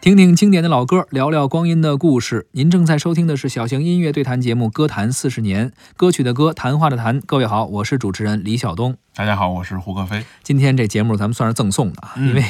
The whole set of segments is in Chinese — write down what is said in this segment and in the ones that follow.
听听经典的老歌，聊聊光阴的故事。您正在收听的是小型音乐对谈节目《歌坛四十年》，歌曲的歌，谈话的谈。各位好，我是主持人李晓东。大家好，我是胡可飞。今天这节目咱们算是赠送的啊，嗯因为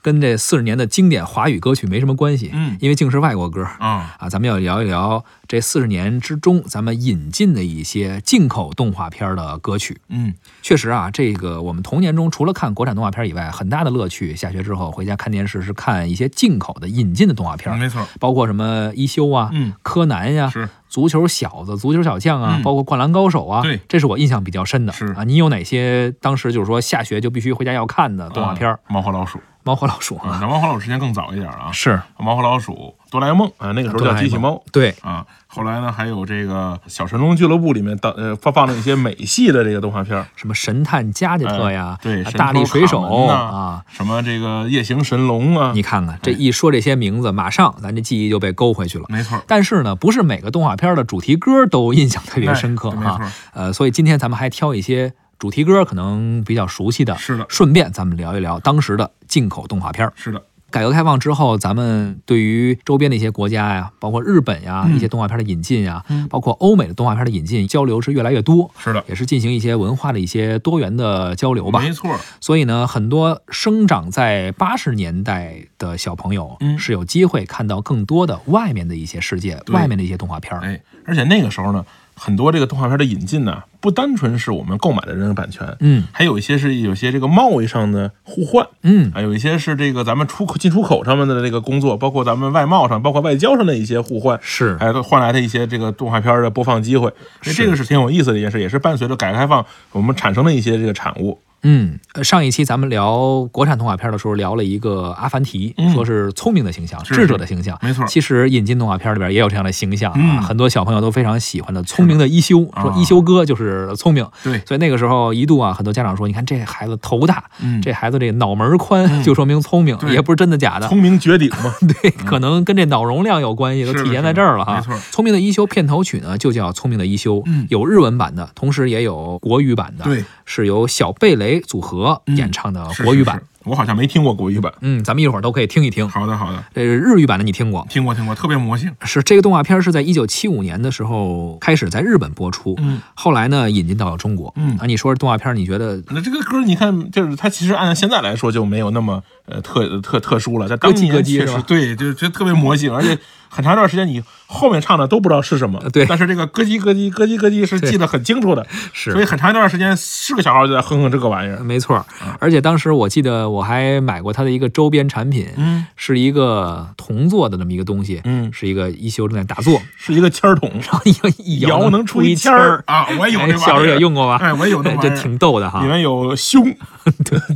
跟这四十年的经典华语歌曲没什么关系，嗯因为竟是外国歌嗯啊。咱们要聊一聊这四十年之中咱们引进的一些进口动画片的歌曲。嗯，确实啊，这个我们童年中除了看国产动画片以外，很大的乐趣，下学之后回家看电视是看一些进口的、引进的动画片，没错。包括什么一休啊、嗯，柯南呀、是足球小子、足球小将啊，嗯包括灌篮高手啊，对这是我印象比较深的。是啊，你有哪些当时就是说下学就必须回家要看 的动画片儿？嗯猫和老鼠》猫和老鼠啊，啊，那《猫和老鼠》时间更早一点啊，是《猫和老鼠》《哆啦 A 梦》啊，那个时候叫《机器猫》。对，啊，后来呢，还有这个《小神龙俱乐部》里面的呃放放了一些美系的这个动画片儿，什么神探加加特呀哎，对啊神偷大力水手卡门呐啊。什么这个《夜行神龙》啊，你看看这一说这些名哎字，马上咱这记忆就被勾回去了。没错，但是呢，不是每个动画片的主题歌都印象特别深刻哎没啊错。呃，所以今天咱们还挑一些主题歌可能比较熟悉的，是的顺便咱们聊一聊当时的进口动画片儿。是的，改革开放之后，咱们对于周边的一些国家呀，包括日本呀，嗯一些动画片的引进呀，包括欧美的动画片的引进交流是越来越多，是的，也是进行一些文化的一些多元的交流吧。没错，所以呢，很多生长在八十年代的小朋友嗯是有机会看到更多的外面的一些世界，对外面的一些动画片儿。哎，而且那个时候呢，很多这个动画片的引进呢，不单纯是我们购买的人的版权，嗯还有一些是有些这个贸易上的互换，嗯，啊，有一些是这个咱们出口进出口上面的这个工作，包括咱们外贸上，包括外交上的一些互换，是还有换来的一些这个动画片的播放机会，所以是这个是挺有意思的一件事，也是伴随着改革开放我们产生的一些这个产物。嗯。呃上一期咱们聊国产动画片的时候，聊了一个阿凡提，嗯说是聪明的形象、是智者的形象。没错其实引进动画片里边也有这样的形象啊，嗯啊很多小朋友都非常喜欢的聪明的一休，说一休哥就是聪明。对，所以那个时候一度啊，很多家长说，你看这孩子头大，嗯，这孩子这脑门儿宽，就说明聪明，对也不是真的假的。聪明绝顶嘛，对，可能跟这脑容量有关系，都是的体现是在的这儿了哈。没错聪明的一休片头曲呢，就叫《聪明的一休》，嗯有日文版的，同时也有国语版的， 对，是由小贝雷组合嗯演唱的是啊国语版。是是我好像没听过国语版。嗯，咱们一会儿都可以听一听。好的，好的，这日语版的你听过？听过听过，特别魔性。是这个动画片是在一九七五年的时候开始在日本播出，嗯后来呢引进到了中国。嗯啊，你说动画片，你觉得那这个歌，你看，就是它其实按现在来说就没有那么呃特特特殊了，在当咯叽年咯叽是确吧实对，就是觉得特别魔性，而且很长一段时间你后面唱的都不知道是什么呃，对但是这个咯叽咯叽咯叽咯叽是对记得很清楚的，是所以很长一段时间是个小孩就在哼哼这个玩意儿，没错儿，嗯而且当时我记得我还买过它的一个周边产品，嗯是一个铜做的那么一个东西，嗯，是一个一休正在打坐，是一个签 儿筒，然后一一摇能出出一签签儿。啊，我也有哎这玩意儿，小时候也用过吧？哎，我也有这哎玩 这意儿，挺逗的里哈。面 有凶、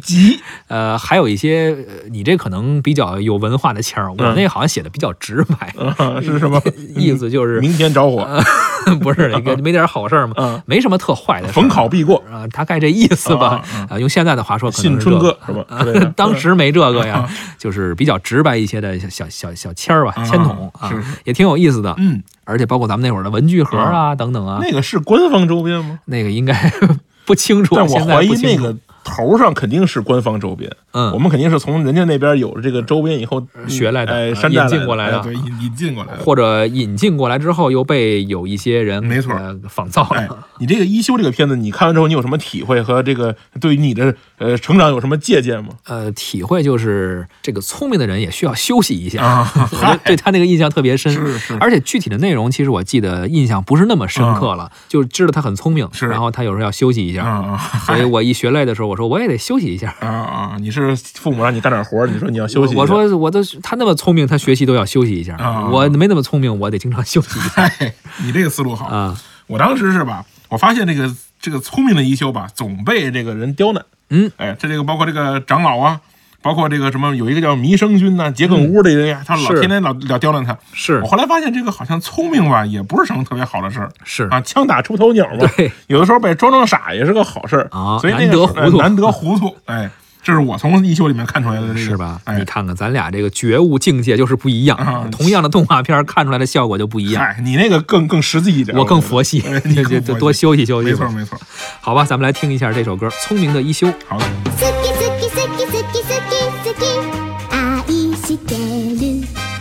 急，呃，还有一些呃你这可能比较有文化的签儿，我嗯那好像写的比较直白，啊是什 么？意思就是明天着火， 不是那个没点好事儿吗嗯？没什么特坏的事儿，逢考必过，啊，大概这意思吧啊啊。啊，用现在的话说，可能信是这春个哥。嗯是吧？之类的 当时没这个呀，就是比较直白一些的小小小小签儿吧，啊签筒啊是是，也挺有意思的。嗯，而且包括咱们那会儿的文具盒啊等等啊，那个是官方周边吗？那个应该 不清楚，啊但我现在怀疑不清那楚。个头上肯定是官方周边，我嗯，们肯定是从人家那边有了这个周边以后学来的哎呃山寨引进过来的哎对，引引进过来的。或者引进过来之后又被有一些人没错呃仿造哎了。，你这个一休这个片子，你看完之后你有什么体会和这个对于你的呃成长有什么借鉴吗？呃，体会就是这个聪明的人也需要休息一下。啊，我觉得对他那个印象特别深，是是而且具体的内容其实我记得印象不是那么深刻了，就知道他很聪明，嗯是然后他有时候要休息一啊下，啊所以我一学累的时候，我说我也得休息一下。啊啊！你是父母让你干点活儿，你说你要休息一下，我 说我都他那么聪明，他学习都要休息一下，啊我没那么聪明，我得经常休息一下嗨，哎你这个思路好。啊。我当时是吧，我发现这个这个聪明的一休吧，总被这个人刁难。嗯，哎，这这个包括这个长老啊，包括这个什么有一个叫弥生君呐、桔梗屋的人呀，他老嗯是天天老老刁难他。是我后来发现这个好像聪明吧，也不是什么特别好的事儿。是啊，枪打出头鸟嘛对，有的时候被装装傻也是个好事儿啊所以那个难得糊涂哎难得糊涂，哎，这是我从一休里面看出来的这个，是吧？哎你，看看咱俩这个觉悟境界就是不一样，啊同样的动画片看出来的效果就不一样。哎，你那个更更实际一点，我更觉得佛系哎，你就更 就佛就系多休息休息没错吧。没错，好吧，咱们来听一下这首歌《聪明的一休》。好的。好き好き好き好き好き好き愛してる好き好き好き好き好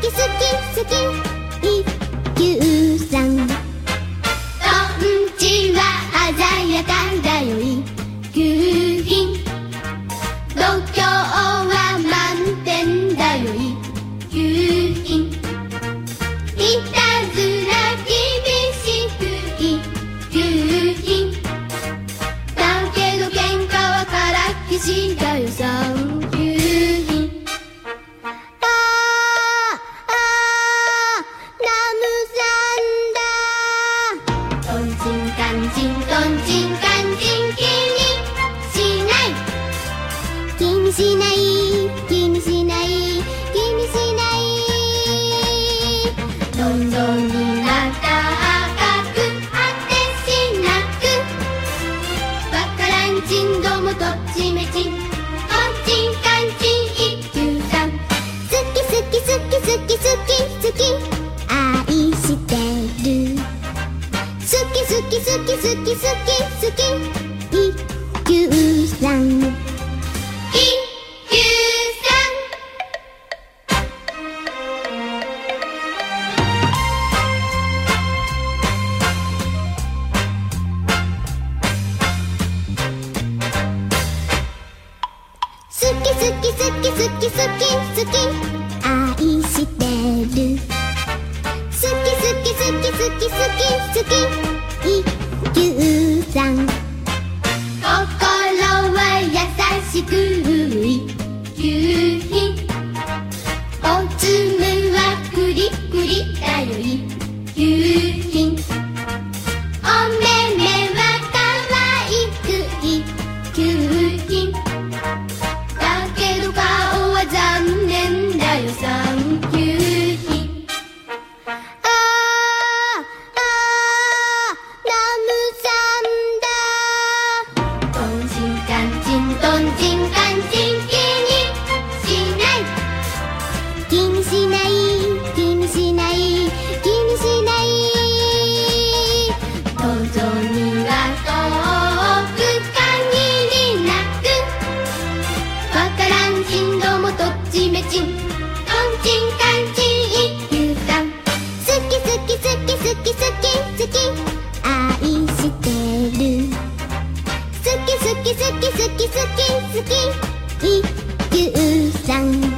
き好き一休さんとんちは鮮やかだよ一級品度胸は満点だよ一級品いたずら厳しく一級品だけど喧嘩はからっきしだよ三級品ああ、ああ、ラムさんだ。とんちんかんちん、とんちんかんちん、気にしない。気にしない、気にしない、気にしない。どんどんになった赤く、あてしなく。わからんちんどもとっちめちん。とんちんかんちん、一休さん。好き好き好き好き好き好き愛してる好き好き好き好き好き好き一休さん一休さん好き好き好き好き好き好き好き愛してる好き好き好き好き好き好き一休さん心は優しく一休品おつむはくりくりだよ一休品おめめはかわいく一休品だけど顔は残念だよサンキューヒああああラムさんだとんちんかんちんとんちんかんちん気にしない気にしない気にしない気にしない登場には遠く限りなくわからんちんどもとっちめちんとんちんかんちん一休さん好き好き好き好き好き好き愛してる好き好き好き好き好き好き一休さん啊啊啊